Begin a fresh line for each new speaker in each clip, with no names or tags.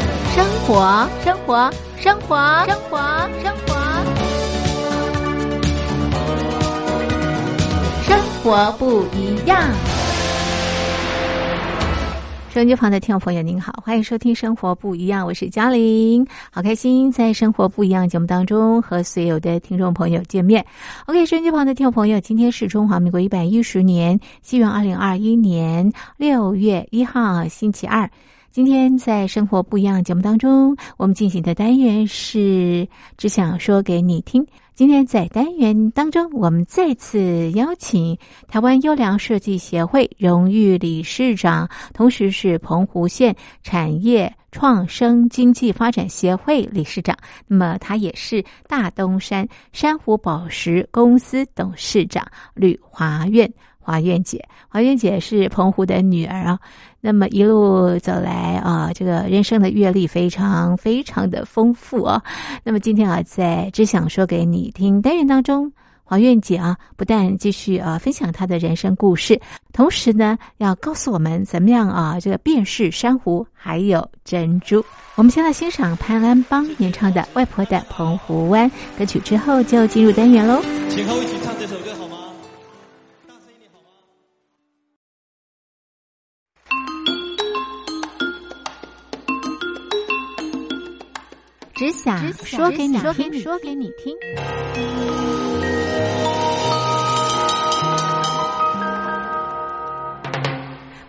活，生活，生活，生活，生活，生活不一样。收音机旁的听众朋友，您好，欢迎收听《生活不一样》，我是嘉玲，好开心在《生活不一样》节目当中和所有的听众朋友见面。OK，收音机旁的听众朋友，今天是中华民国一百一十年西元二零二一年六月一号星期二。今天在《生活不一样》节目当中，我们进行的单元是“只想说给你听”。今天在单元当中，我们再次邀请台湾优良设计协会荣誉理事长，同时是澎湖县产业创生经济发展协会理事长，那么他也是大东山珊瑚宝石公司董事长吕华苑。华苑姐，华苑姐是澎湖的女儿啊。那么一路走来啊，这个人生的阅历非常非常的丰富啊。那么今天啊，在只想说给你听单元当中，黄苑姐啊，不但继续啊分享她的人生故事，同时呢，要告诉我们怎么样啊这个辨识珊瑚还有珍珠。我们先来欣赏潘安邦演唱的《外婆的澎湖湾》歌曲之后，就进入单元喽。
前后一起唱这首歌好吗？大声一点好吗？
只想
啊
说给你听，说给你听。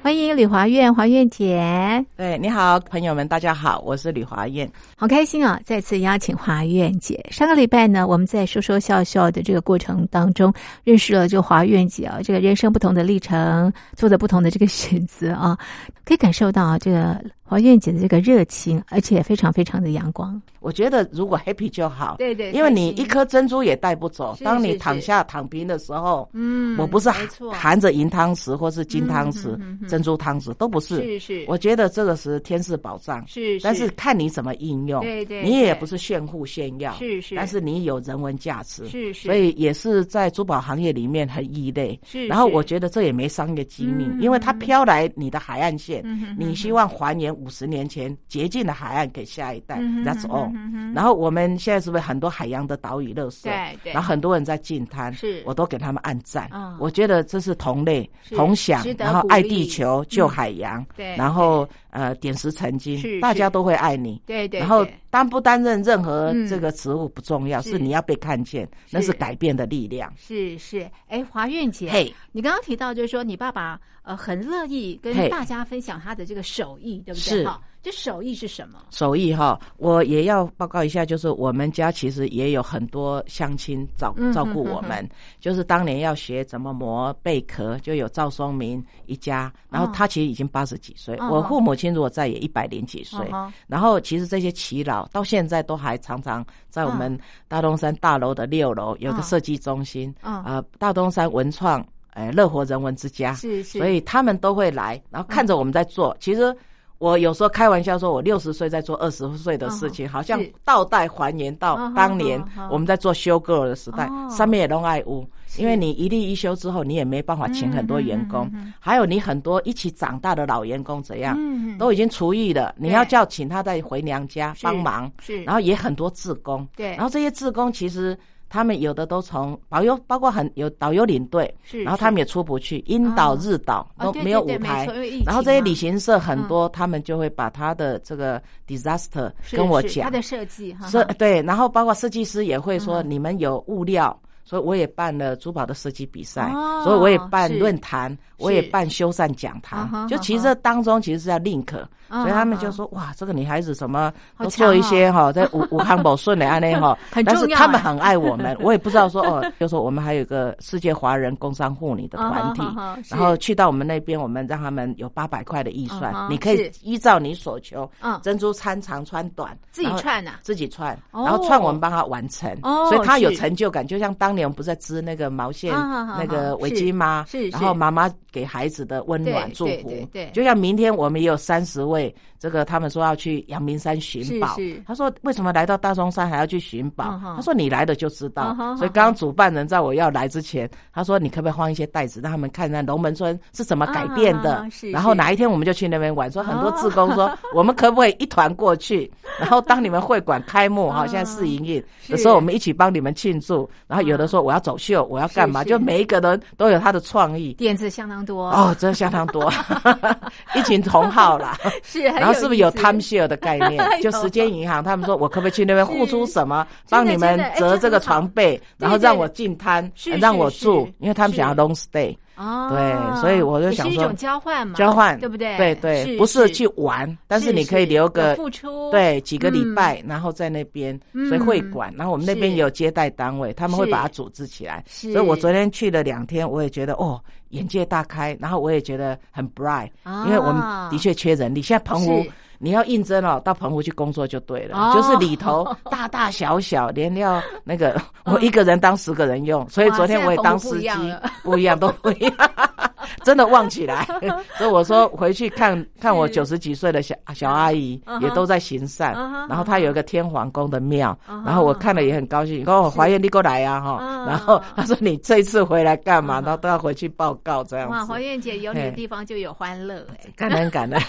欢迎李华苑，华苑姐，
对，你好，朋友们，大家好，我是吕华燕。
好开心啊！再次邀请华苑姐。上个礼拜呢，我们在说说笑笑的这个过程当中，认识了这个华苑姐啊，这个人生不同的历程，做的不同的这个选择啊， 可以感受到啊，这个华苑姐的这个热情，而且非常非常的阳光。
我觉得如果 happy 就好，
对对
因为你一颗珍珠也带不走。
是
当
是
你
是
躺下躺平的时候，
嗯
我不是
没
含
错
含着银汤匙或是金汤匙、
嗯嗯嗯嗯
珍珠汤匙都不是。
是
我觉得这个是天赐宝藏，
是
但是看你怎么应用。
对对
你也
对
不是炫富炫耀，
是是
但是你有人文价值，
是是
所以也是在珠宝行业里面很异类。
是
然后
是
我觉得这也没商业机密，
嗯
因为它飘来你的海岸线，
嗯哼
你希望还原五十年前洁净的海岸给下一代。
嗯哼
That's
嗯
all
哼嗯哼。
然后我们现在是不是很多海洋的岛屿垃圾？
对对
然后很多人在进滩，
是
我都给他们按赞
啊。
我觉得这是同类
是
同享
值，得
然后
鼓
爱
励
地球救
嗯
海洋，
对
然后呃点石成金
是，
大
是
家都会爱你。
对对
然后
对
担不担任任何
嗯
这个职务不重要，
是
是你要被看见，那
是
是改变的力量。
是是，哎，华苑姐，
嘿，
你刚刚提到就是说你爸爸呃很乐意跟
嘿
大家分享他的这个手艺，对不对？
是
哈，这手艺是什么？
手艺哈，我也要报告一下，就是我们家其实也有很多乡亲照
嗯
照顾我们，就是当年要学怎么磨贝壳，就有赵松明一家，然后他其实已经八十几岁，
哦
我父母亲如果在也一百零几岁，
哦
然后其实这些耆老到现在都还常常在我
哦
们大东山大楼的六楼有
嗯
个设计中心，
嗯
呃，大东山文创，呃，乐活人文之家，
是是，嗯
所以他们都会来，然后看着我们在做。其实我有时候开玩笑说，我六十岁在做二十岁的事情，
嗯
好像
是
倒带还原到
嗯哼
当年
嗯哼
我们在做修 girl 的时代
哦，
上面也弄爱屋。
是
因为你一立一休之后，你也没办法请很多员工
嗯嗯嗯嗯嗯，
还有你很多一起长大的老员工怎样，
嗯
都已经厨艺了，
对
你要叫请他再回娘家帮忙，
是，
然后也很多志工，
对
然后这些志工其实。他们有的都从导游，包括很有导游领队，
是
然后他们
是
也出不去，英岛、
哦
日岛
哦
都
对
没有
对对
舞
没
台
错因为疫，
然后这些
情嘛嗯
旅行社很多，他们就会把他的这个 disaster
是
跟我
是他
讲，
的设计哈
设
哈
对，然后包括设计师也会说，
嗯
你们有物料，所以我也办了珠宝的设计比赛
哦，
所以我也办
是
论坛，我也办修缮讲
啊哈
堂。就其
啊
实
哈
这当中其实是要 link，
啊
所以他们
啊
嗯
就说哇，这个女孩子什么
好
都
强
做一
哦
些哈，在武武汉保顺的案例哈
很，
但是
重要
他们
哎
很爱我们，我也不知道说哦，就说我们还有一个世界华人工商妇女的
啊哈
嗯
团体
啊
哦
哈，是
然后去到我们那边，我们让他们有八百块的预算
啊哈，
你可以
是
依照你所求
嗯，
珍珠穿长穿短，
自己
然后
串呐
自己串，
哦
然后串我们帮他完成，
哦
所以他有
是
成就感，就像当年我们不是在织那个毛线、
啊好好
那个
好
围
是
巾吗？
是是
然后妈妈给孩子的温暖
对
祝
对
福，
对对
就像明天我们也有三十位，这个他们说要去阳明山寻宝
是是，
他说为什么来到大松山还要去寻宝？
嗯哼
他说你来了就知道。
嗯哼
啊所以
嗯哼
刚刚主办人在我要来之前，他说你可不可以换一些袋子，让他们看看龙门村是怎么改变的？
啊是
然后
是
哪一天我们就去那边玩，说很多
哦
志工说我们可不可以一团过去？然后当你们会馆 开幕哈，
嗯
现在试营运
是啊
的时候，我们一起帮你们庆祝。然后有的说我要走秀，我要干嘛？
是是
就每一个人都有他的创意。
点子相当多，
哦，真的相当 多，一群同好啦。
是，很
然后是不是有
意思
time share 的概念？就
有
时间银行，他们说我可不可以去那边
是
付出什么，
的
帮你
真
们
的哎
折这
这很
个
好
床被，然后
对对
让我进摊
是，
让
是
我
是
住，因为他们想要
是
long stay。
哦，
对所以我就
也
想
是一
说
种交换嘛，
交换，
对不对？
对对，不是去玩，但是你可以留
有
个
付出，
对几个礼
嗯
拜，然后在那边，
嗯
所以会馆，然后我们那边
是
也有接待单位，他们会
是
把它组织起来。
是
所以我昨天去了两天，我也觉得哦，眼界大开，然后我也觉得很 bright，
啊
因为我们的确缺人力。现在澎湖
是
你要应征哦，到澎湖去工作就对了
哦，
就是里头 大大小小，连要那个我一个人当十个人用，所以
嗯哇
昨天
现在
我也
澎
当
湖不
司
一
机
样了，
不一样都不一样。真的旺起来， 所以 我说回去看看我
是
九十几岁的小小阿姨
嗯哼
也都在行善
嗯哼，
然后她有一个天皇宫的庙
嗯哼，
然后我看了也很高兴，说我怀孕你过来呀哈
嗯，
然后她说你这次回来干嘛？
嗯哼
然后都要回去报告这样
哇，
子
黄，燕姐有你的
嘿
地方就有欢乐 哎。
感恩感恩。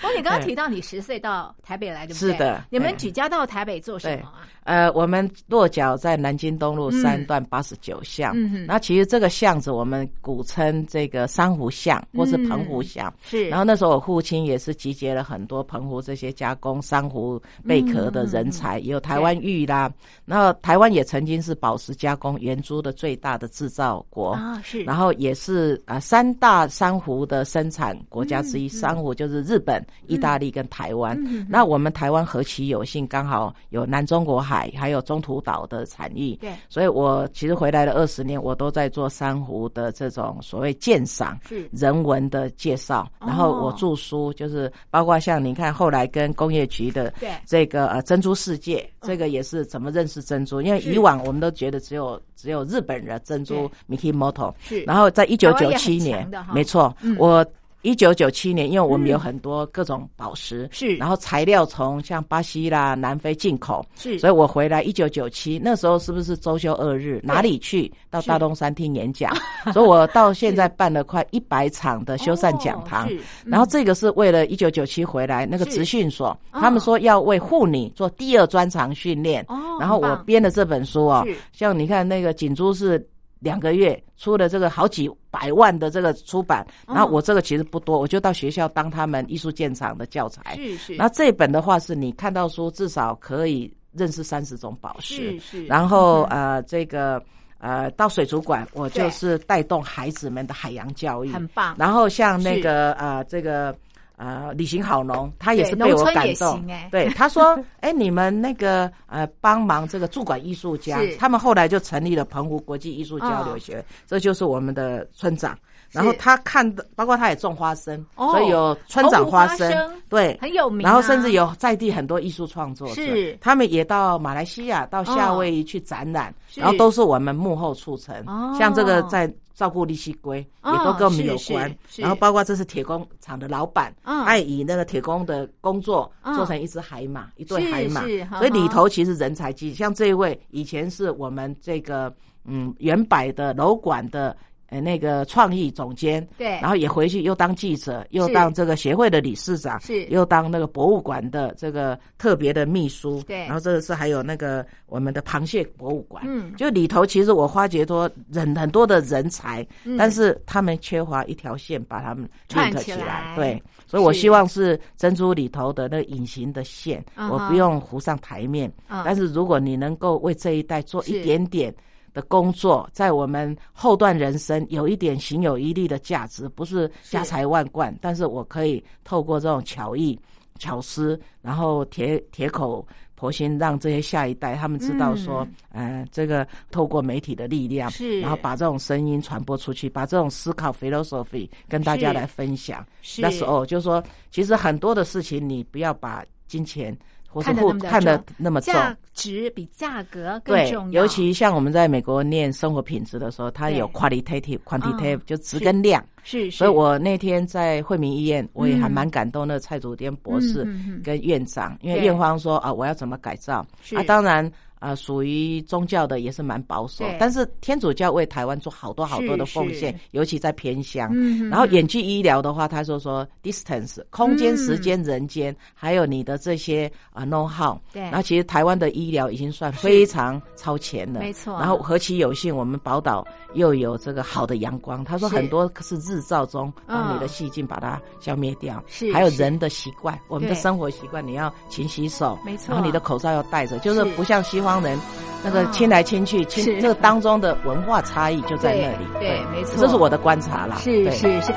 不过你刚刚提到你十岁到台北来，对不对？
是的
你们
哎
举家到台北做什么啊？
呃，我们落脚在南京东路三段八十九巷，
嗯哼
那其实这个巷子我们古称这个珊瑚巷或是澎湖巷。
嗯是，
然后那时候我父亲也是集结了很多澎湖这些加工珊瑚贝壳的人才，
嗯
也有台湾玉啦。然后台湾也曾经是宝石加工圆珠的最大的制造国。
啊是，
然
后
后也是啊、呃三大珊瑚的生产国家之
嗯
一，
嗯
珊瑚就是日本、意大利跟台湾。
嗯
那我们台湾何其有幸，刚好有南中国海，还有中途岛的产业。
对
所以我其实回来了二十年，我都在做珊瑚的这种所谓鉴赏。
是
人文的介绍，
哦
然后我著书，就是包括像你看后来跟工业局的
对嗯
这个呃珍珠世界，这个也是怎么认识珍珠，因为
是
以往我们都觉得只有只有日本人珍珠 Miki Moto，
是，
然后在一
台
九
湾
九
也很
七
强
年
的哈，
没错
嗯，
我一九九七年，因为我
嗯
们有很多各种宝石，
是
然后材料从像巴西啦、南非进口，
是，
所以我回来一九九七那时候是不是周休二日？哪里去？到大东山听演讲，所以我到 现在办了快一百场的修缮讲堂。
哦是
然后这个是为了一九九七回来那个
是
职训所，
哦
他们说要为护理做第二专长训练。
哦，
然后
很
我
棒
编的这本书哦
是，
像你看那个锦珠是两个月出了这个好几百万的这个出版，
哦
然后我这个其实不多，我就到学校当他们艺术鉴赏的教材。
是是，
那这本的话，是你看到书至少可以认识三十种宝石
是，是，
然后呃，这个呃，到水族馆，我
对
就是带动孩子们的海洋教育，
很棒，
然后像那
是
个呃，这个呃，旅行好农，他也
对
是被
农
我
村
感
也
动
行欸。
对，他说：“ 哎、你们那个呃，帮忙这个驻馆艺术家
是，哦
他们后来就成立了澎湖国际艺术交流学，这就是我们的村长。”然后
是
他看的，包括他也种花生，
哦
所以有村长
澎湖花
生，
生
对，
很有名啊，
然后甚至有在地很多艺术创作者，
是哦
他们也到马来西亚、到夏威夷去展览，
是
然后都是我们幕后促成。
哦
像这个在照顾利息龟，
哦
也都跟我们有关。
是是是
然后包括这是铁工厂的老板，
嗯
爱以那个铁工的工作、
嗯
做成一只海马，一对
是
海马，
是哈哈
所以里头其实人才济济。像这一位以前是我们这个嗯原百的楼管的。呃，那个创意总监，
对
然后也回去又当记者，又
是
当这个协会的理事长，
是
又当那个博物馆的这个特别的秘书，
对
然后这个是还有那个我们的螃蟹博物馆，
嗯
就里头其实我发觉说人很多的人才，
嗯
但是他们缺乏一条线把他们
串
link
起
起
来
对，所以我
是
希望是珍珠里头的那个隐形的线，
嗯
我
哼
不用浮上台面，
嗯
但是如果你能够为这一代做
是
一点点。的工作，在我们后段人生有一点行有余力的价值，不是家财万贯，但是我可以透过这种巧艺、巧思，然后铁铁口婆心，让这些下一代他们知道说，呃，这个透过媒体的力量，
是
然后把这种声音传播出去，把这种思考 philosophy 跟大家
是
来分享。
是
那时候就是说，其实很多的事情你不要把金钱。或是
看得
互
那么的
看得
重
那么重。
价值比价格更
对
重，要，
尤其像我们在美国念生活品质的时候，它有
对啊
qualitative、quantitative，、就值
是
跟量。
是，
所以
是
我那天在惠民医院，我也还
嗯
蛮感动那蔡祖天博士
嗯嗯嗯
跟院长，因为
对
院方说啊，我要怎么改造
是
啊？当然啊，属于宗教的也是蛮保守
对，
但是天主教为台湾做好多好多的
是
奉
是
献，尤其在偏乡。
嗯
然后
也
远距医疗的话，他就说 distance 空间、
嗯
时间、人间，还有你的这些啊 know how。
对
然后其实台湾的医疗已经算非常超前了，
没错
然后何其有幸，我们宝岛又有这个好的阳光。他说
是
很多是日照中
嗯
让你的细菌把它消灭掉，
是
还有
是
人的习惯，我们的
对
生活习惯，你要勤洗手，
没错
然后你的口罩要戴着，就是
是
不像西方人那个
哦
亲来亲去，亲
是
这个当中的文化差异就在
对
那里。
对，没错，
这是我的观察啦。
是
对
是是。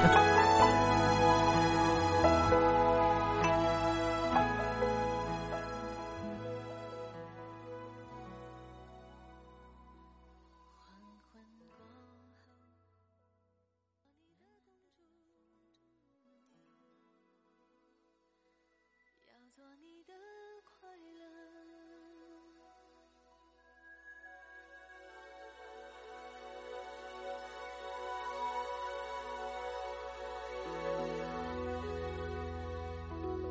要做你的快乐。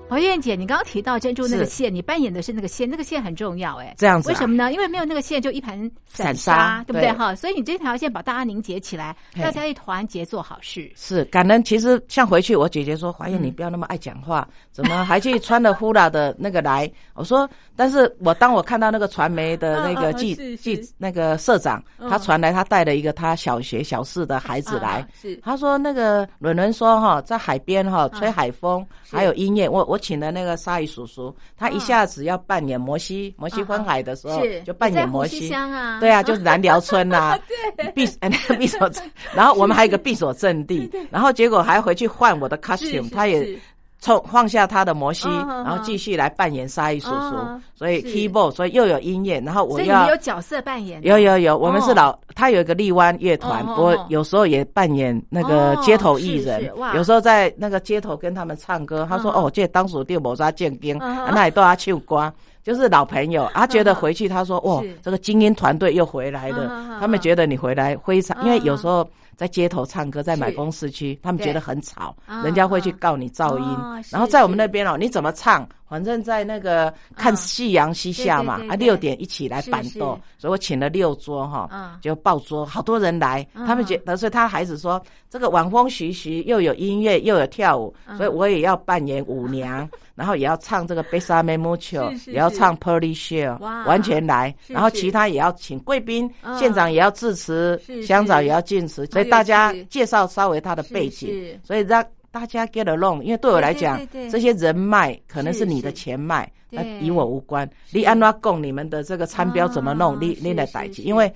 黄燕姐，你刚刚提到珍珠那个
是
线，你扮演的是那个线，那个线很重要哎。
这样子啊
为什么呢？因为没有那个线，就一盘
散
沙，
沙
对不对
对
哈？所以你这条线把大家凝结起来，
嘿
大家一团结做好事。
是感恩。其实像回去，我姐姐说：“华燕，你
嗯
不要那么爱讲话，怎么还去穿了呼啦的那个来？”我说：“但是我当我看到那个传媒的那
嗯
个
嗯嗯
记
是
记
是
那个社长，
嗯
他传来他带了一个他小学小四的孩子来
啊，是
他说那个伦伦说哈，在海边哈吹海风，
是
还有音乐。我我请的那个鲨鱼叔叔，他一下子要扮演摩西摩西
啊
分海的时候
是，
就扮
你在
演
胡
摩
须
西。
乡啊，
对啊，就是南寮 村呐、对，避哎那个避暑镇，然后我们还有一个避暑阵地，然后结果还回去换我的 costume，他也冲放下他的摩西，
嗯嗯嗯
然后继续来扮演鲨鱼叔叔
嗯嗯，
所以
是
keyboard，所以又有音乐，然后
所
我
以你们
要
有角色扮演，
有有有，我们
哦
是老，他有一个荔湾乐团，
哦哦
不过
哦
有时候也扮演那个
哦
街头艺
是
人
是哇，
有时候在那个街头跟他们唱歌。他说：“
嗯
哦，这当属地某扎建兵，
嗯
啊那里都要唱歌。”就是老朋友，他觉
嗯
得回去，他说：“哇
是，
这个精英团队又回来
嗯嗯嗯
了。”
嗯
他们觉得你回来非常，因为有时候在街头唱歌，在
是
买公市区，他们
对
觉得很吵
嗯，
人家会去
嗯
告你噪
哦
音。
是
然后在我们
是
那边哦，你怎么唱？反正在那个看
嗯
夕阳西下嘛
对对，对
啊，
对
六点一起来
是
板
是
豆，所以我请了六桌哈，
嗯
就爆桌，好多人来，
嗯
他们觉得，所以他孩子说这个晚风徐徐，又有音乐又有跳舞，
嗯
所以我也要扮演 舞娘，然后也要唱这个《b e s a m e Mucho
是是》，
也要
是
唱《Pearly Shell
哇》，
完全来，
是
然后
是
其他也要请贵宾
嗯，
县长也要致辞
是，哎
乡长
是
也要敬辞，所以
好有
大家
趣
介绍稍微他的背景，
是
所以让。大家 get along，因为对我来讲
对对对对，
这些人脉可能
是
是你
是
的钱脉，那
对
与我无关。你安怎供你们的这个参标怎么弄
啊，
你你来
是
代
是是
替，因为。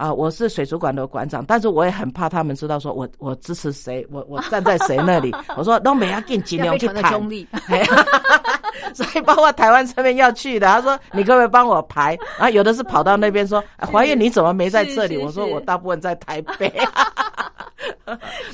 啊，我是水族馆的馆长，但是我也很怕他们知道说我我支持谁，我我站在谁那 里。我说东北要进尽
要非
量去
常的
谈，
中立，
嘿所以包括台湾这边要去的，他说你可不可以帮我排？然后有的是跑到那边说，啊华燕你怎么没在这里？
嗯是是
我说
是
我大部分在台 北，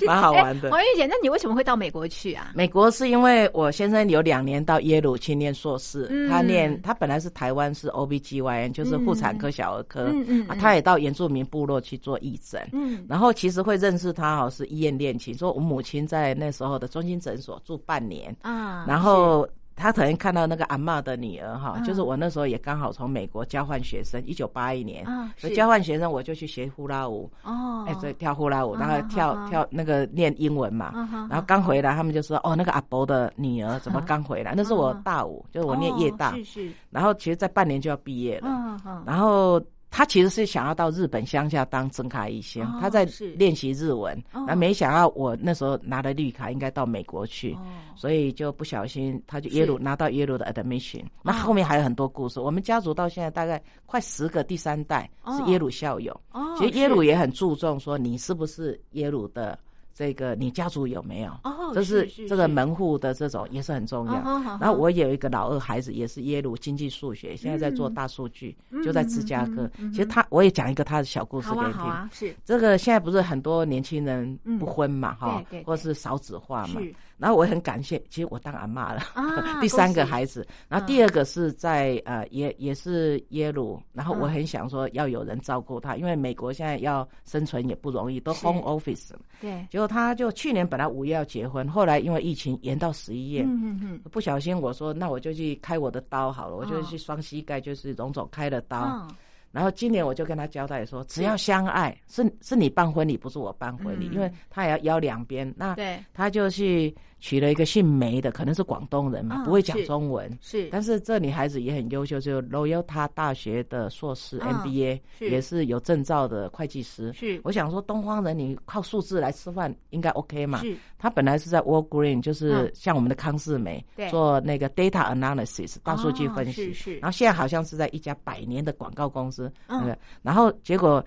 蛮好玩的
哎。黄玉姐，那你为什么会到美国去啊？
美国是因为我先生有两年到耶鲁去念硕士，
嗯
他念他本来是台湾是 OBGYN，就是妇产科小儿科，
嗯嗯嗯
啊，他也到原住民部落去做义诊。
嗯，
然后其实会认识他哦，是医院恋情。说我母亲在那时候的中心诊所住半年，
啊，
然后他可能看到那个阿嬷的女儿哈
嗯，
就是我那时候也刚好从美国交换学生，一九八一年
啊，
所
是
以交换学生我就去学呼啦舞，
哦，
哎，对，跳呼啦舞，
嗯
然后
嗯
跳
嗯
跳那个念英文嘛
嗯嗯，
然后刚回来他们就说哦，那个阿伯的女儿怎么刚回来？那是我
嗯
大五，就是我念夜大
哦，是是，
然后其实，在半年就要毕业了，
嗯嗯，
然后他其实是想要到日本乡下当正卡医生，
哦
他在
是
练习日文。
哦
那、没想到我那时候拿了绿卡，应该到美国去，
哦
所以就不小心他就耶鲁拿到耶鲁的 admission。那
哦
后面还有很多故事，我们家族到现在大概快十个第三代
哦
是耶鲁校友。
哦，
其实耶
是
鲁也很注重说你是不是耶鲁的这个你家族有没有。
哦，
这
是
是
是
这个门户的这种也是很重要
哦好好。
然后我有一个老二孩子，也是耶鲁经济数学，现在在做大数据，就在芝加
嗯嗯
哥
嗯嗯。
其实他我也讲一个他的小故事
好
给
啊
你
好
听。
啊，是
这个现在不是很多年轻人不婚嘛，哈
嗯对对对，
或是少子化嘛
是。
然后我也很感谢，其实我当阿妈了。
啊
啊 第三个
还
孩子，然后第二个是在呃，也也是耶鲁，然后
嗯
我很想说要有人照顾他，因为美国现在要生存也不容易，都
是
home office。
对，
结果他就去年本来五月要结婚，后来因为疫情延到十一月，
嗯嗯嗯，
不小心我说那我就去开我的刀好了，我就
哦
去双膝盖就是荣总开的刀，
嗯
然后今年我就跟他交代说，只要相爱，是是你办婚礼，不是我办婚礼，
嗯
因为他也要邀两边。那
对，
他就去娶了一个姓梅的，可能是广东人嘛，
嗯
不会讲
是
中文。
是，
但是这女孩子也很优秀，就 Loyota 大学的硕士
嗯
MBA，、
是
也是有证照的会计师。
是
我想说，东方人你靠数字来吃饭应该 OK 嘛？
是
他本来是在 w a l g r e e n 就是
嗯
像我们的康世美、
对
做那个 data analysis 大数据分
哦
析，
是是
然后现在好像是在一家百年的广告公司，
嗯
那个，然后结果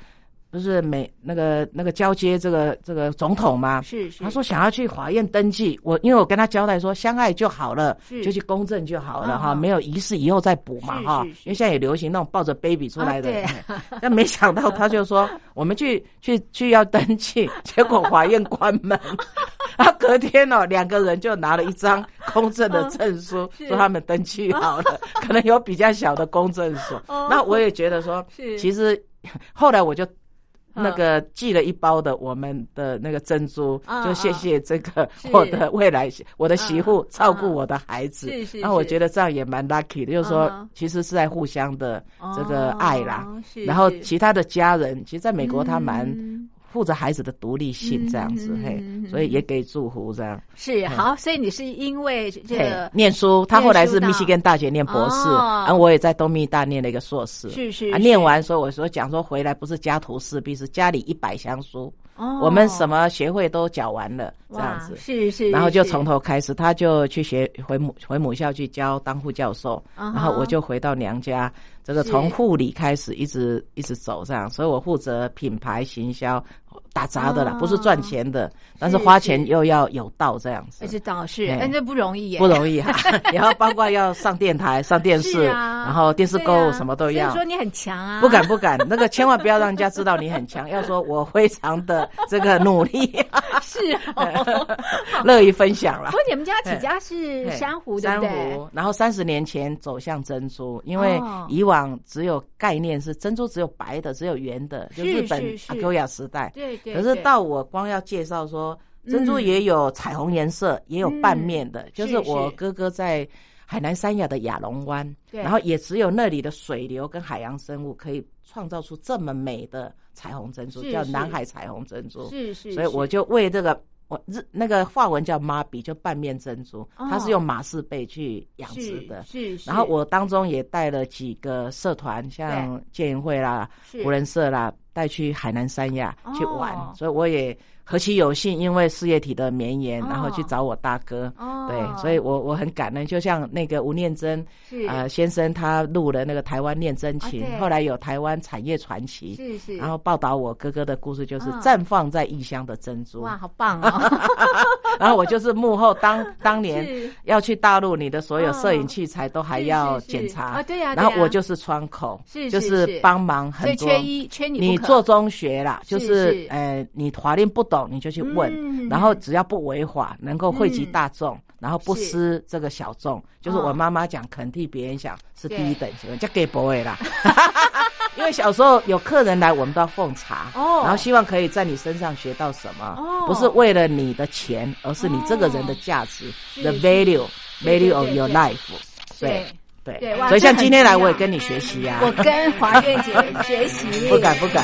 不是美那个那个交接这个这个总统嘛，
是是，
他说想要去法院登记，我因为我跟他交代说相爱就好了
是，
就去公证就好了哈，
嗯嗯
没有仪式以后再补嘛
是
哈，
是
因
是
为现在也流行那种抱着 baby 出来的
啊，
但没想到他就说我们去去去要登记，结果法院关 门。他隔天哦，两个人就拿了一张公证的证书，
哦是
说他们登记好 了，可能有比较小的公证所。
哦
那我也觉得说
是，
其实 后来我就
嗯
那个寄了一包的我们的那个珍珠，
嗯
就谢谢这个
是
我的未来我的媳妇
嗯
照顾我的孩子
是是，
那我
是
觉得这样也蛮 lucky 的，就
嗯哼
是说其实是在互相的这个爱啦。
哦，是
然后
是
其他的家人，其实在美国他蛮
嗯
护着孩子的独立性这样子，
嗯
嘿
嗯嗯嗯，
所以也给祝福这样。
是好，所以你是因为这
嗯嘿
个，
念书，他
念
后来
书
是密
到
西根大学念博士，
哦
然后我也在东密大念了一个硕士。
是是
啊，
是
念完，所以我说讲说回来不是家徒四壁，是家里一百箱书，
哦
我们什么协会都缴完了，这
哇
样子。
是是，
然后就是从头开始，他就去学回母回母校去教当护教授，
啊哈
然后我就回到娘家，这个
是
从护理开始一直一直走这样，所以我负责品牌行销，打杂的啦，
哦
不是赚钱的，但是
是
花
是
钱又要有道这样子
哎。这倒是，
嘿
哎这不容易耶，
不容易哈、 然后包括要上电台、上电视，
是啊
然后电视
对
购物
啊
什么都
所以
要。
说你很强啊，
不敢不敢，那个千万不要让人家知道你很强，要说我非常的这个努力，
是哦。
乐于分享啦
不。过你们家起家是
嘿
珊瑚，对
珊
不对？
瑚，然后三十年前走向珍珠，因为
哦
以往只有概念是珍珠只有白的，只有圆的，就是日本
是是
阿 Q 亚时代。
对对。
可是
对
到我光要介绍说，珍珠
嗯
也有彩虹颜色，也有半面的，就是是我
是
哥哥在海南三亚的亚龙湾，
对
然后也只有那里的水流跟海洋生物可以创造出这么美的彩虹珍珠，
是
叫
是
南海彩虹珍珠。
是是，
所以我
是
就为这个我日那个法文叫妈比，就半面珍珠，它是用马氏贝去养殖的。
哦是，是
然后我当中也带了几个社团，像建营会啦、
是
无人社啦，带去海南三亚
哦
去玩，所以我也何其有幸，因为事业体的绵延，
哦
然后去找我大哥。
哦
对，所以我我很感恩，就像那个吴念真
是
呃先生，他录了那个台湾念真情，
啊对
后来有台湾产业传奇，
是是，
然后报道我哥哥的故事，就是
嗯
绽放在异乡的珍珠。
哇，好棒哦，
然后我就是幕后当 当年
是
要去大陆，你的所有
嗯
摄影器材都还
是
要
是是
检查
啊对呀
然后
对呀
我就是窗口，
是
就是
是
是帮忙
所
很
以
多。
缺一缺你
你
不可
做中学啦，就是是
是
呃，你法令不懂你就去问，
嗯
然后只要不违法，能够惠及
嗯
大众，然后不
是
失这个小众，就是
哦
我妈妈讲肯替别人想是第
对
一等学问，叫给 boy 啦。 因为小时候有客人来，我们都要奉茶，
哦
然后希望可以在你身上学到什么，
哦
不是为了你的钱，而是你这个人的价值、
是
t h
是
e value value of
对
your
对
life。
对
对。
对哇
所以像
这很
今天来，
重要
我也跟你学习呀、
我跟华月姐学习，
不敢不敢。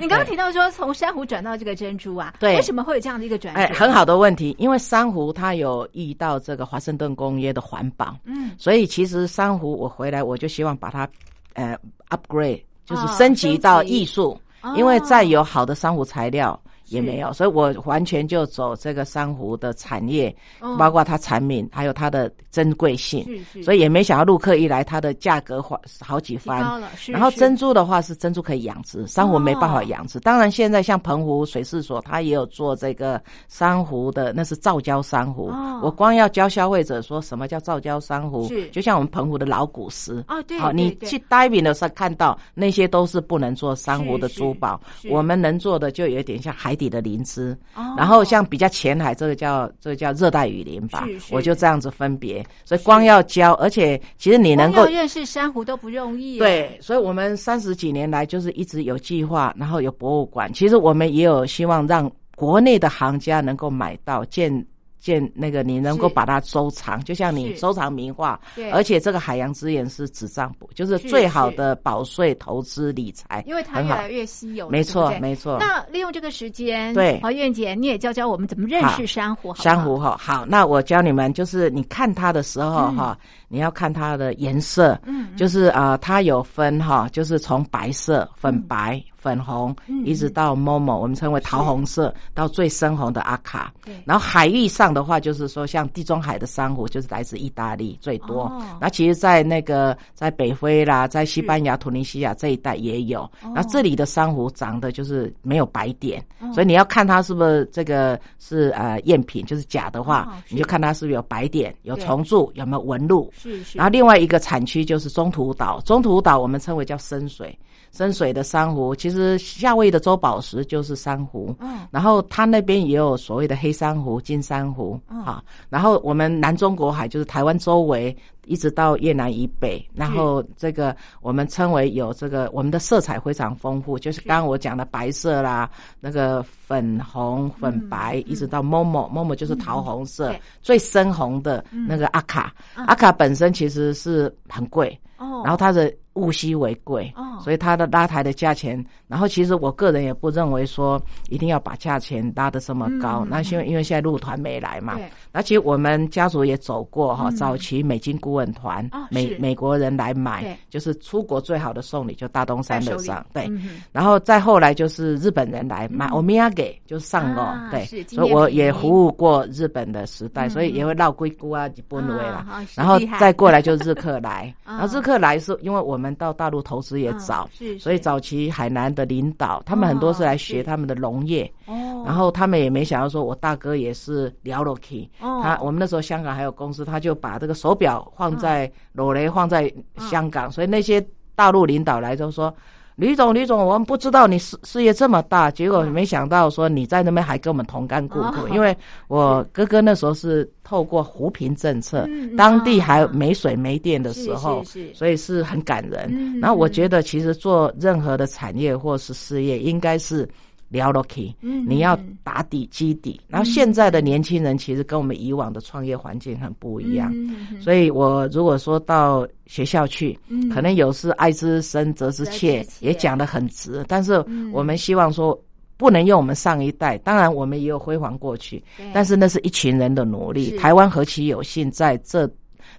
你刚刚提到说从珊瑚转到这个珍珠啊，
对
为什么会有这样的一个转折？
哎，很好的问题，因为珊瑚它有遇到这个华盛顿公约的环保，
嗯，
所以其实珊瑚我回来我就希望把它，呃，upgrade，就是
哦
升级到
升级啊
艺术，
哦
因为再有好的珊瑚材料。也没有，所以我完全就走这个珊瑚的产业，
哦
包括它产品，还有它的珍贵性，
是是，
所以也没想到陆客一来，它的价格好好几
提
番。
高了，是
然后
是
珍珠的话是珍珠可以养殖，珊瑚没办法
哦
养殖。当然，现在像澎湖水事所，它也有做这个珊瑚的，那是造礁珊瑚。
哦
我光要教消费者说什么叫造礁珊瑚
是，
就像我们澎湖的老古石。
哦，对，
好，你
对
去 diving 的时候看到那些都是不能做珊瑚
是
的
是
珠宝，
是
我们能做的就有点像海底的灵芝，
哦
然后像比较前海这个叫这个叫热带雨林吧
是，是
我就这样子分别。所以光要教，而且其实你能
光
够
要认识珊瑚都不容易，啊
对，，所以我们三十几年来就是一直有计划，然后有博物馆。其实我们也有希望让国内的行家能够买到建。建那个你能够
是
把它收藏，就像你
是
收藏名画，
对
而且这个海洋资源是纸账簿，就是
是
最好
是
的保税、投资、理财，
因为它
很
越
好
来越稀有了，
没
对不
错
对，
没错。
那利用这个时间，
对
好，燕姐，你也教教我们怎么认
好
识珊瑚，好不好
珊瑚哈，好，那我教你们，就是你看它的时候哈，你要看它的颜色，
嗯，嗯
就是啊、呃它有分哈，就是从白色、粉白、粉红，
嗯
一直到 momo，我们称为桃红色，到最深红的阿卡。
对，
然后海域上的话，就是说像地中海的珊瑚，就是来自意大利最多。
哦
那其实，在那个在北非啦，在西班牙、突尼西亚这一带也有。
哦
那这里的珊瑚长得就是没有白点，
哦
所以你要看它是不是这个是呃赝品，就是假的话，
哦是
你就看它是不是有白点、有
对
虫蛀、有没有纹路。
是是，
然后另外一个产区就是中途岛，中途岛我们称为叫深水，深水的珊瑚，其实夏威夷的周宝石就是珊瑚。
嗯
然后它那边也有所谓的黑珊瑚、金珊瑚
嗯
啊。然后我们南中国海就是台湾周围一直到越南以北，然后这个我们称为有这个我们的色彩非常丰富，就是刚刚我讲的白色啦，那个粉红、粉白，
嗯
一直到 momo momo 就是桃红色，
对嗯
最深红的那个阿卡，阿卡本身其实是很贵，
哦，
然后它的物稀为贵，
哦
所以它的拉抬的价钱，然后其实我个人也不认为说一定要把价钱拉得这么
嗯
高，那是因为因为现在入团没来嘛，
对嗯
那其实我们家族也走过哈、早期美金顾问团，
哦
美
是
美国人来
对
买，就是出国最好的送礼就大东山
伴
的
手礼
上，对，
嗯哼
然后再后来就是日本人来买欧米亚给，就是上哦，
嗯啊
对
是，
所以我也
纪念品
服务过日本的时代，
嗯
所以也会绕硅谷啊、日本为啦，
啊啊是
然后
厉害
再过来就日 客来，
啊
然后日客来是因为我们到大陆投资也
嗯
早，
是是
所以早期海南的领导他们很多是来学
是
他们的农业，
哦，
然后他们也没想到说我大哥也是聊了 k
哦啊
他我们那时候香港还有公司，他就把这个手表放在罗雷放在香港，所以那些大陆领导来都说。吕总，吕总，我们不知道你事事业这么大，结果没想到说你在那边还跟我们同甘共苦，
哦
因为我哥哥那时候是透过扶贫政策，
嗯嗯
当地还
啊
没水没电的
是
时候，
是是
所以是很感人。
嗯
然后我
嗯
觉得其实做任何的产业或是事业，应该是聊 l o k
嗯
你要
嗯
打底基底。然后现在的年轻人其实跟我们以往的创业环境很不一样，
嗯嗯嗯
所以我如果说到学校去，
嗯
可能有是爱之深责之
责
切
之，切
也讲得很直，但是
嗯
我们希望说。不能用我们上一代，当然我们也有辉煌过去，
对
但是那是一群人的努力
是。
台湾何其有幸在这，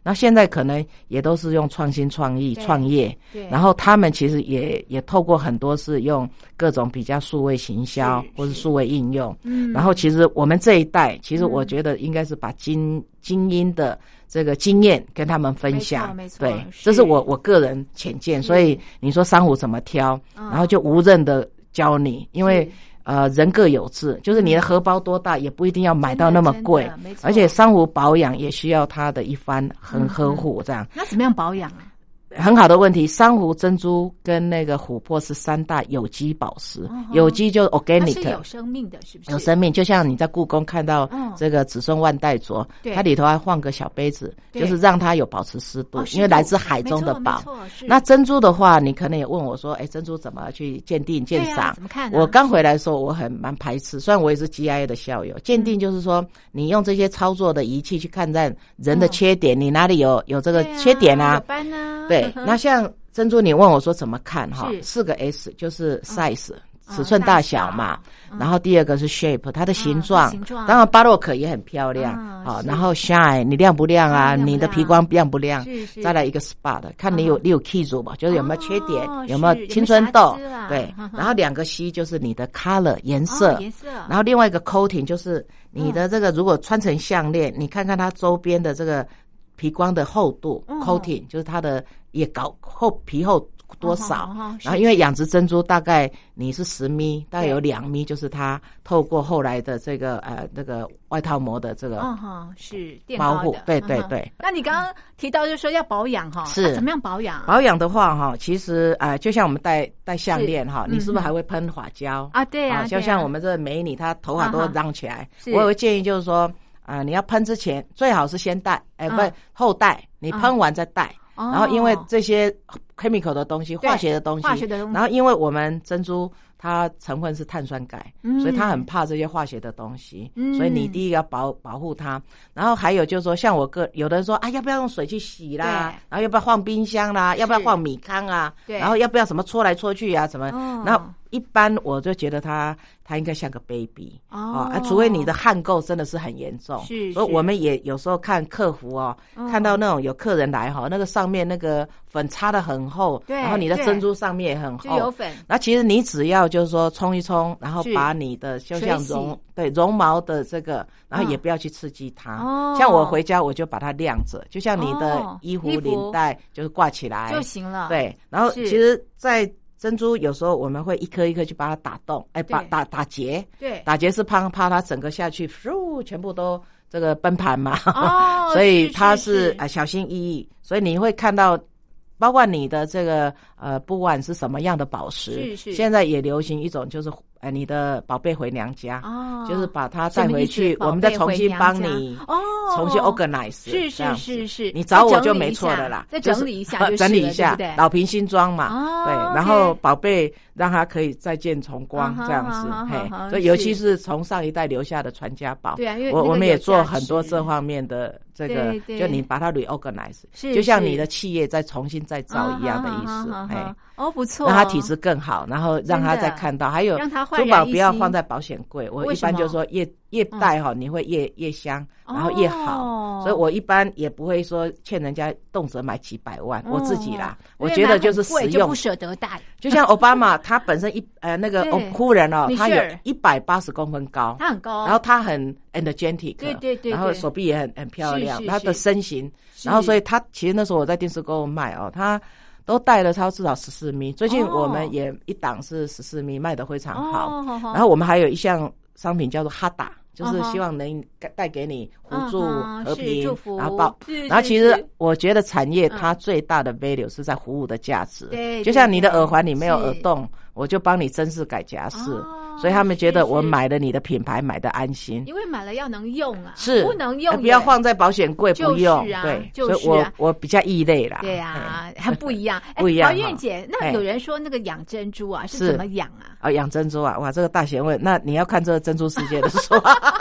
那现在可能也都是用创新创意
对
创业，
对
然后他们其实也也透过很多是用各种比较数位行销
是
或是
是
数位应用，
嗯
然后其实我们这一代，其实我
嗯
觉得应该是把精精英的这个经验跟他们分享，
没错没错
对，
是
这是我我个人浅见，
是
所以你说珊瑚怎么挑，
嗯
然后就无任的教你，因为。呃，人各有志，就是你的荷包多大，也不一定要买到那么
嗯
贵
真的真的没，错
而且珊瑚保养也需要它的一番
嗯
很呵护，这样
那怎么样保养啊？
很好的问题。珊瑚、珍珠跟那个琥珀是三大有机宝石
嗯，哼
有机就是
它是
organic，
有生命的，是不是？
有生命，就像你在故宫看到
嗯
这个子孙万代镯，
对
它里头还放个小杯子，
对
就是让它有保持湿度
哦，是
因为来自海中的
没错
宝
没。错是
那珍珠的话，你可能也问我说，哎，珍珠怎么去鉴定鉴
对啊
赏
怎？么看呢？
我刚回来的时候，我很蛮排斥，虽然我也是 GIA 的校友，鉴
嗯
定就是说，你用这些操作的仪器去看待人的
嗯
缺点，你哪里有有
这
这个缺点啊？
有斑 呢？
对，那像珍珠，你问我说怎么看哈？
嗯是
四个 S 就是 size、尺寸大小嘛，
嗯
然后第二个是 shape，它的形状，
形状
当然巴洛克也很漂亮
啊
好、
是
然后 shine，你亮不亮啊？
嗯亮不
你的
亮
皮光亮不亮？
是是
再来一个 spot，看你有、
嗯
你有 key 组吧，就是有没有缺点，
哦是有
有没
没有
有青春痘
瑕疵啊？
对
嗯，哼
然后两个 C 就是你的 color 颜色，
哦颜色，然
然后另外一个 coating 就是你
嗯
的这个如果穿成项链，你看看它周边的这个皮光的厚度、
嗯
coating 就是它的也搞厚皮厚多少。
哦哦哦是
然后因为养殖珍珠大概你是十米，大概
对
有两米就是它透过后来的这个呃这个外套膜的这个。
嗯哼，是垫
保
高
护
的
对
嗯
对
哼
对
那你刚刚提到就是说要保养哈，
是
那怎么样保养？
保养的话，哈，其实啊、呃就像我们戴戴项链哈，
是
你是不
嗯
是
哼
还会喷发胶
啊对啊
啊
对
就
啊
像我们这个美女，她头发
啊
都
哈
浪起来。
是
我有个建议就是说，啊、你要喷之前最好是先戴，哎、
嗯
不后戴，你
嗯
喷完再戴。
哦，
然后因为这些 chemical 的东西、
对
化学的东西，
化学的东西
然后因为我们珍珠它成分是碳酸钙，
嗯
所以它很怕这些化学的东西，
嗯
所以你第一个要保保护它。然后还有就是说，像我个有的人说啊，要不要用水去洗啦
对？
然后要不要放冰箱啦？要不要放米糠啊？
对
然后要不要什么搓来搓去啊？什么？
哦
然后一般我就觉得它它应该像个 baby
哦
啊除非你的汗垢真的是很严重，
是
所以
是
我们也有时候看客服哦，
嗯
看到那种有客人来哈、那个上面那个粉擦的很厚，
对
然后你的
对
珍珠上面也很
就有
厚。
粉
那其实你只要就是说冲一冲，然后
是
把你的就像
水洗
绒对绒毛的这个，然后也
嗯
不要去刺激它。
哦
像我回家我就把它晾着，就像你的
哦
衣服
衣服
领带就是挂起来，
就行了，
对，然后
啊是
其实，在珍珠有时候我们会一颗一颗去把它打洞，哎，
对
把打打结，
对，
打结是怕怕它整个下去，咻，全部都这个崩盘嘛。
哦
所以
是
它
是
是
是
啊、小心翼翼，所以你会看到。包括你的这个呃，不管是什么样的宝
是
石，
是
现在也流行一种，就是呃，你的宝贝回娘家，
哦，
就是把它
什
带
么意
回
思
去，
宝
我们再
贝
重
回
新
娘
帮
家
你
哦，
重新 organize，
是
这
是
样子
是是，
你找我
再整
就
理
没
一
错
下
的啦，
再
就是
整理一下就
整
是
理
了
一下
对不对，
老瓶新装嘛
哦，
对，然
OK
后宝贝让它可以再见重光
啊哈
这样子
啊哈，
嘿
啊哈，
所以尤其
是
是从上一代留下的传家宝，
对啊因为
我
那个
我们
有
也做
价
很多
值
这方面的这个
对，对
就你把它 reorganize，
是
就像
是
你的企业再重新再造一样的意思，
啊哈
嘿
啊哈啊哈。哦，不错，
让它体质更好，然后让它
真的
再看到，还有
让它焕
珠
然
宝
一
不要
新
放在保险柜。我
为
一
什
般
么嗯
就说越越戴哈，你会越越香，然后越
哦
好。所以我一般也不会说欠人家动辄买几百万，我自己啦
哦，
我
因为
觉
买
得就
很
是
贵
实用
不。舍得戴，
就像奥 巴马他本身一呃那个
对
哦夫人哦，
米
他
歇
有
尔
一百八十公分高，
它很高，
然后他很 energetic，
哦对对对
然后
对
手臂也很很漂
是
亮，
是
他的
是
身形，然后所以他其实那时候我在电视购物卖哦，他都带了超至少十四米，最近
哦
我们也一档是十四米卖的非常好，
哦好好
然后我们还有一项商品叫做哈达。就是
嗯哼
希望能带给你互
嗯
助、
哼
和
是
平
祝福，
然后保
是
然后
是
其实
是
我觉得产业
嗯
它最大的 value 是在服务的价值。
对
就像
对
你的
对
耳环里没有耳
是
洞，我就帮你针饰改夹饰，
哦
所以他们觉
是
得我
是
买了你的品牌，买的安心。
因为买了要能用啊，
是
不能
哎
用
不要
也
放在保险柜，
就
不用
是啊
对，
就
所
是
以我
啊
我比较异类啦。
对啊呀，
哎，
还不一 样，哎
不一样
陶燕
哈
姐，那
哎
有人说那个养珍珠啊是
是
怎么养啊？
哦，养珍珠啊，哇，这个大学问，那你要看这个珍珠世界的书，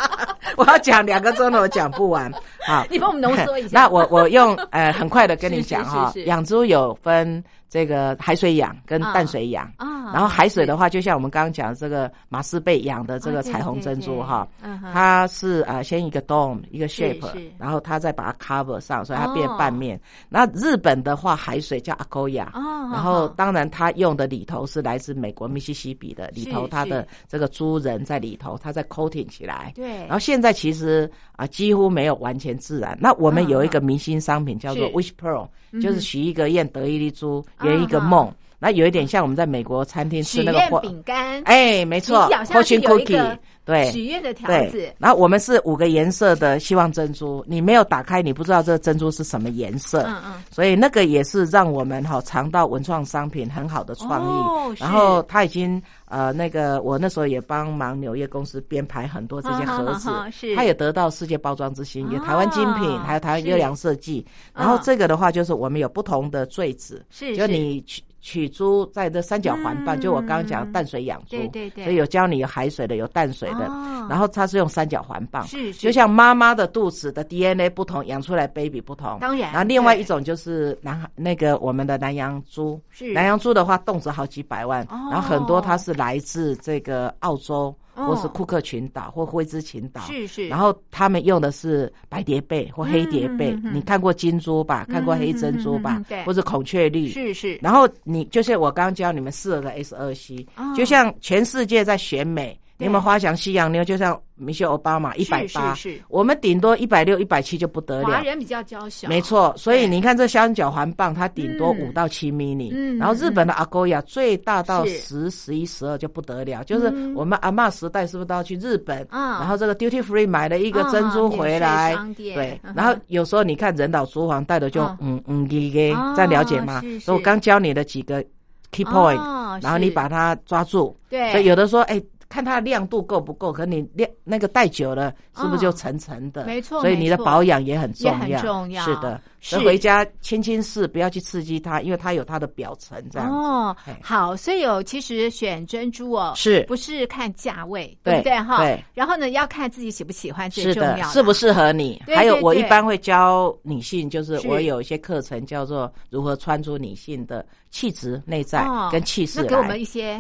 我要讲两个钟头我讲不完。好，
你帮我们浓缩一下。
那我 我用呃很快的跟你
是是
讲哈
是是，
养猪有分这个海水养跟
啊
淡水养。
啊，
然后海水的
话，
话，就像我们刚刚讲的这个马斯贝养的这
啊
个
对
彩虹
对
珍珠
对
哈，
嗯哼
它是啊、呃先一个 dome 一个
是
shape，
是
然后它再把它 cover 上，所以它变
哦
半面。那日本的话，海水叫阿沟亚，
哦
然
好
后
好
当然它用的里头是来自美国密西西比的里头，
是
它的
是
这个猪人在里头，它在 coating 起来。
对，
然后现在其实啊、几乎没有完全自然。那我们有一个明星商品叫做
啊是
Wish Pearl，、
嗯哼
就是许一个愿得一粒珠，
啊
圆一个
哈
梦。那有一点像我们在美国餐厅
许
吃那个
愿
火，
饼干，
哎，没错
你咬下去
，fortune
有一个
cookie，对
许愿的条
哎对
子。，
然后我们是五个颜色的希望珍珠，你没有打开，你不知道这个珍珠是什么颜色。
嗯嗯，
所以那个也是让我们哈、尝到文创商品很好的创意。
哦是
然后他已经呃那个我那时候也帮忙纽约公司编排很多这些盒子，
啊哈哈哈是
他也得到世界包装之星，有
啊
台湾精品，还有台湾优良设计。然后
嗯
这个的话就是我们有不同的坠子，
是
就是你去取珠在这三角环办，
嗯
就我刚刚讲淡水养珠，
对对对
所以有教你有海水的，有淡水的，
哦
然后它是用三角环棒，
是是
就像妈妈的肚子的 DNA 不同，养出来 baby 不同，
当然
然后另外
对
一种就是南海那个我们的南洋猪，
是
南洋猪的话动辄好几百万，
哦
然后很多它是来自这个澳
哦
洲。或是库克群岛或灰之群岛，
是是，
然后他们用的是白蝶贝或黑蝶贝，
嗯嗯嗯嗯
你看过金珠吧？看过黑珍珠
嗯
吧？
嗯嗯嗯嗯对
或者孔雀绿。
是是，
然后你就是我刚刚教你们四个 S 二 C，、
哦
就像全世界在选美，
对
你有没有花想西洋妞？就像米歇尔奥巴马一百
是
八
是是，
我们顶多一百六、一百七就不得
华
了。
人比较娇小，
没，错，所以
对
你看这三角环棒，它顶多
嗯
五到七 mini，、
嗯
然后日本的阿勾亚最大到
是
十、十一、十二就不得了，就是
嗯
我们阿嬷时代是不是都要去日本？
啊
然后这个 duty free 买了一个珍珠回
啊免
来，
税商店
对
嗯哼，
然后有时候你看人岛珠黄带的就
啊
嗯嗯给给
啊，
这样了解吗？
是
所以我
是
刚教你的几个 key point，、
哦
然后你
是
把它抓住。
对，
所以有的说，哎、看它的亮度够不够，可你亮那个戴久了，是不是
哦
就沉沉的？
没错
所以你的
没错
保养也很重
也
要，
很重要
是的，
是
所以回家轻轻试，不要去刺激它，因为它有它的表层这样子。
哦
嘿，
好，所以有其实选珍珠哦，
是
不是看价位，
对
不对哈？
对
然后呢，要看自己喜不喜欢，最
是
重
的
要，
适不适合你？
对
还有，
对
我一
对
般会教女性，就是
是
我有一些课程叫做如何穿出女性的气质、内在
哦
跟气势
那
来。
给我们一些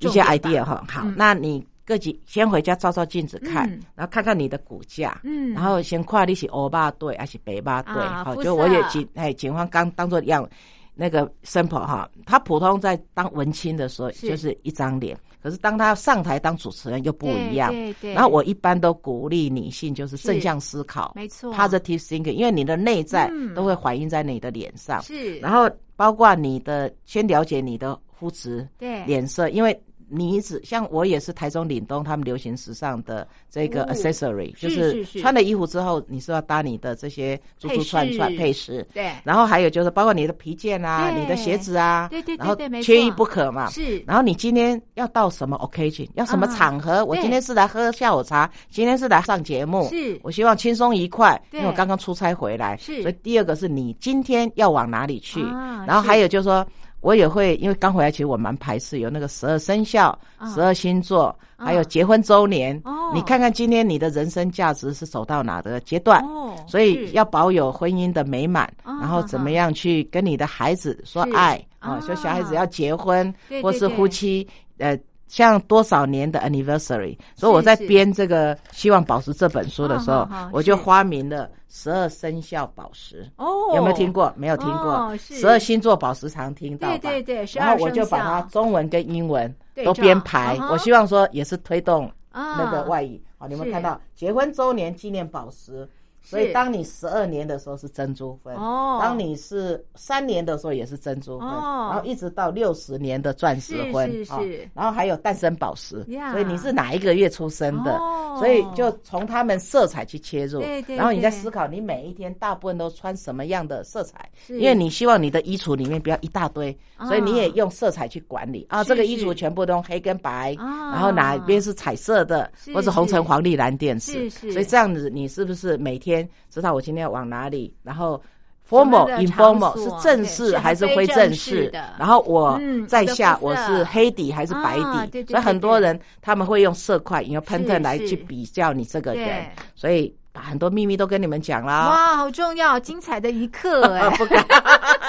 一些
重点吧
idea 哈。好，
嗯
那你自己先回家照照镜子看，
嗯
然后看看你的骨架，
嗯
然后先看你是欧巴对还是北巴对，
啊
好，
肤
就我也
色
警哎，警方刚当做样。那个 sample 哈，他普通在当文青的时候
是
就是一张脸，可是当他上台当主持人又不一样。
对对对
然后我一般都鼓励女性就是
是
正向思考，
没错
positive thinking，因为你的内在
嗯
都会反映在你的脸上。
是，
然后包括你的，先了解你的肤质、
对
脸色，因为你只像我也是台中岭东他们流行时尚的这个
哦
accessory，、就是是
是是
穿了衣服之后，你是要搭你的这些珠珠串串
配
配饰。
对
然后还有就是，包括你的皮件啊，
对
你的鞋子啊，
对对对
然后
对没错
缺一不可嘛。
是
啊然后你今天要到什么 occasion，要什么
啊
场合？我
对
今天是来喝下午茶，今天是来上节目，
是
我希望轻松愉快，
对
因为我刚刚出差回来。
是
所以第二个是你今天要往哪里去
啊，
然后
是
还有就是说。我也会，因为刚回来，其实我蛮排斥有那个十二生肖、
啊
十二星座，还有
啊
结婚周年。
哦
你看看今天你的人生价值是走到哪的阶段，
哦
所以
是
要保有婚姻的美满，
啊
然后怎么样去跟你的孩子说
是
爱
啊
啊？说小孩子要结婚
对，
或
对
是
对
夫妻呃。像多少年的 anniversary，所以我在
是
编这个《希望宝石》这本书的时
啊
候
哈哈，
我就是发明了十二生肖宝石。
哦，
有没有听？过？没有听
哦
过。
是
十二星座宝石常听到吧？
对对对12
然后我就把它
生肖
中文跟英文
对
都
照
编排
嗯，哼
我希望说也是推动
啊，
那个外语。好，你们
是
看到结婚周年纪念宝石，所以当你十二年的时候是珍珠分，
哦
当你是三年的时候也是珍珠分，
哦
然后一直到六十年的钻石婚，
是是
哦
是
然后还有诞生宝石
呀
所以你是哪一个月出生的？
哦
所以就从他们色彩去切入，
对对
然后你再
对
思考你每一天大部分都穿什么样的色彩，
是
因为你希望你的衣橱里面不要一大堆，所以你也
啊
用色彩去管理啊。
是
这个衣
是
橱全部都用黑跟白，
啊
然后哪边是彩色的，
是
或者红
是
橙黄绿蓝靛
是
紫，
是
所以这样子你是不是每天知道我今天要往哪里？然后
什么
formal
的场
informal
所啊
是正
对是
式还是
非
非
正
正
式
式
的？
然后我
嗯
在
你的
下
肤
我
色
是黑底还是白
啊对
底？
对
所以很
对
多
对
人他们会用色块，你用
是
pattern 来
是
去比较你这个人
对，
所以把很多秘密都跟你们讲啦。
哇，好重要，精彩的一刻哎，
啊 不敢。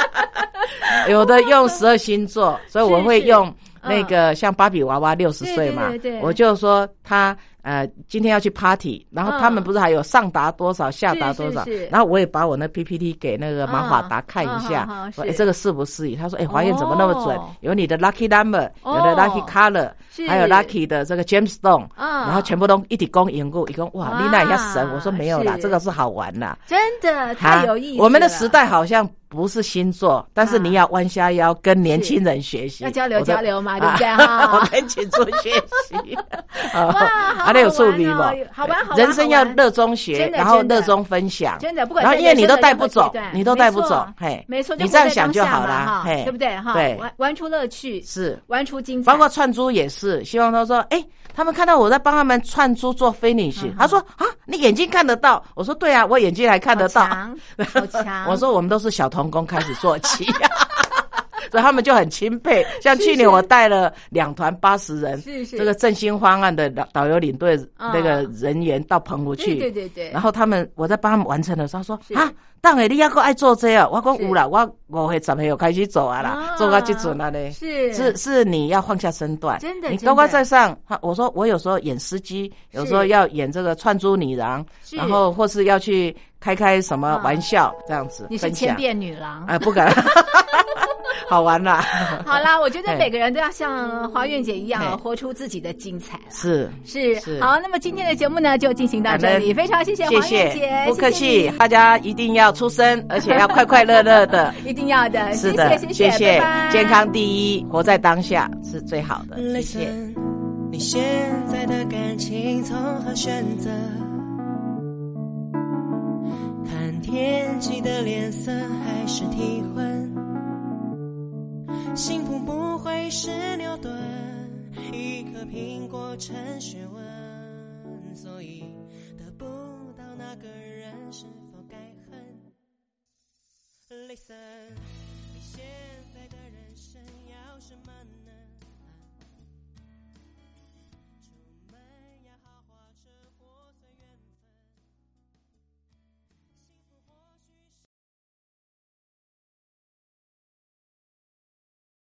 有的用十二星
哦
座，所以我会用那个像芭比娃娃六十岁嘛
嗯对对对对，
我就说他呃今天要去 party，然后他们
嗯
不是还有上达多少下达
是
多少
嗯是是，
然后我也把我那 PPT 给那个马华达看一
嗯嗯好好
下，说
是
哎这个适不适宜？他说哎华燕怎么那么准
哦？
有你的 lucky number，有
哦
的 lucky color，
是
还有 lucky 的这个 gemstone，
嗯
然后全部都一起供应过，一共哇
哇
丽娜也要神，我说没有啦
啊是，
这个是好玩啦。
真的太有意思了。
啊
啊
我们的时代好像不是星座，但是你要弯下腰跟年轻人学习，
要交流
我说
交流嘛
啊
对 不对哈
我跟群众学习。哇
哇好好
啊，那有触笔
玩哦
吧？
好玩好玩
人生要
好玩
热衷学
真，的
然后
真的
热衷分享，
真的不管
然后
在
因为
人
你
生
都
的
带
任何
不走
阶，段
你都
没
带不
错
走，嘿，
没错，就
你
活
这样
在
想
当
就
下
好
嘛
啦，
哈
嘿，
对不对哈？
对，
玩玩出乐趣，
是。
玩出精彩，
包括串珠也是，希望他说，哎、他们看到我在帮他们串珠做
嗯
finish，、他说啊，你眼睛看得到？我说对啊，我眼睛还看得到
好。强，好强。
我说我们都是小童工开始做起， 所以他们就很钦佩。像去年我带了两团八十人，
是是
这个振兴方案的导导游领队
啊
那个人员到澎湖去，
对对对对，
然后他们我在帮他们完成的时候，他
是
说啊，当然你要够爱做这啊，我讲
是
有啦，我我会十岁有开始做啊啦
啊，
做到这阵啊嘞。
是
是是，你要放下身段，
真的
你
真
高高
的
在上。他我说我有时候演司机，有时候
是
要演这个串珠女郎，
是
然后或是要去开开什么玩笑、这样子。
啊你是
分
千
享
变女郎，
哎，不敢，好玩啦。
好啦，我觉得
嘿
每个人都要像花苑姐一样啊，
嘿
活出自己的精彩啦。
是，
是
是
好，那么今天的节目呢就进行到这里，
感恩
非常谢谢
谢
黄燕姐
谢，，不客
谢谢
气，大家一定要 出声，而且要快快乐乐的。
你，一定要的，
是
谢
的，
谢谢拜拜
健康第一，活在当下是最好的，谢谢。
Listen，你现在的感情从何选择？看天际的脸色还是体温？幸福不会是牛顿，一颗苹果成学问，所以得不到那个人是否该恨？Listen，你现在的人生要什么呢？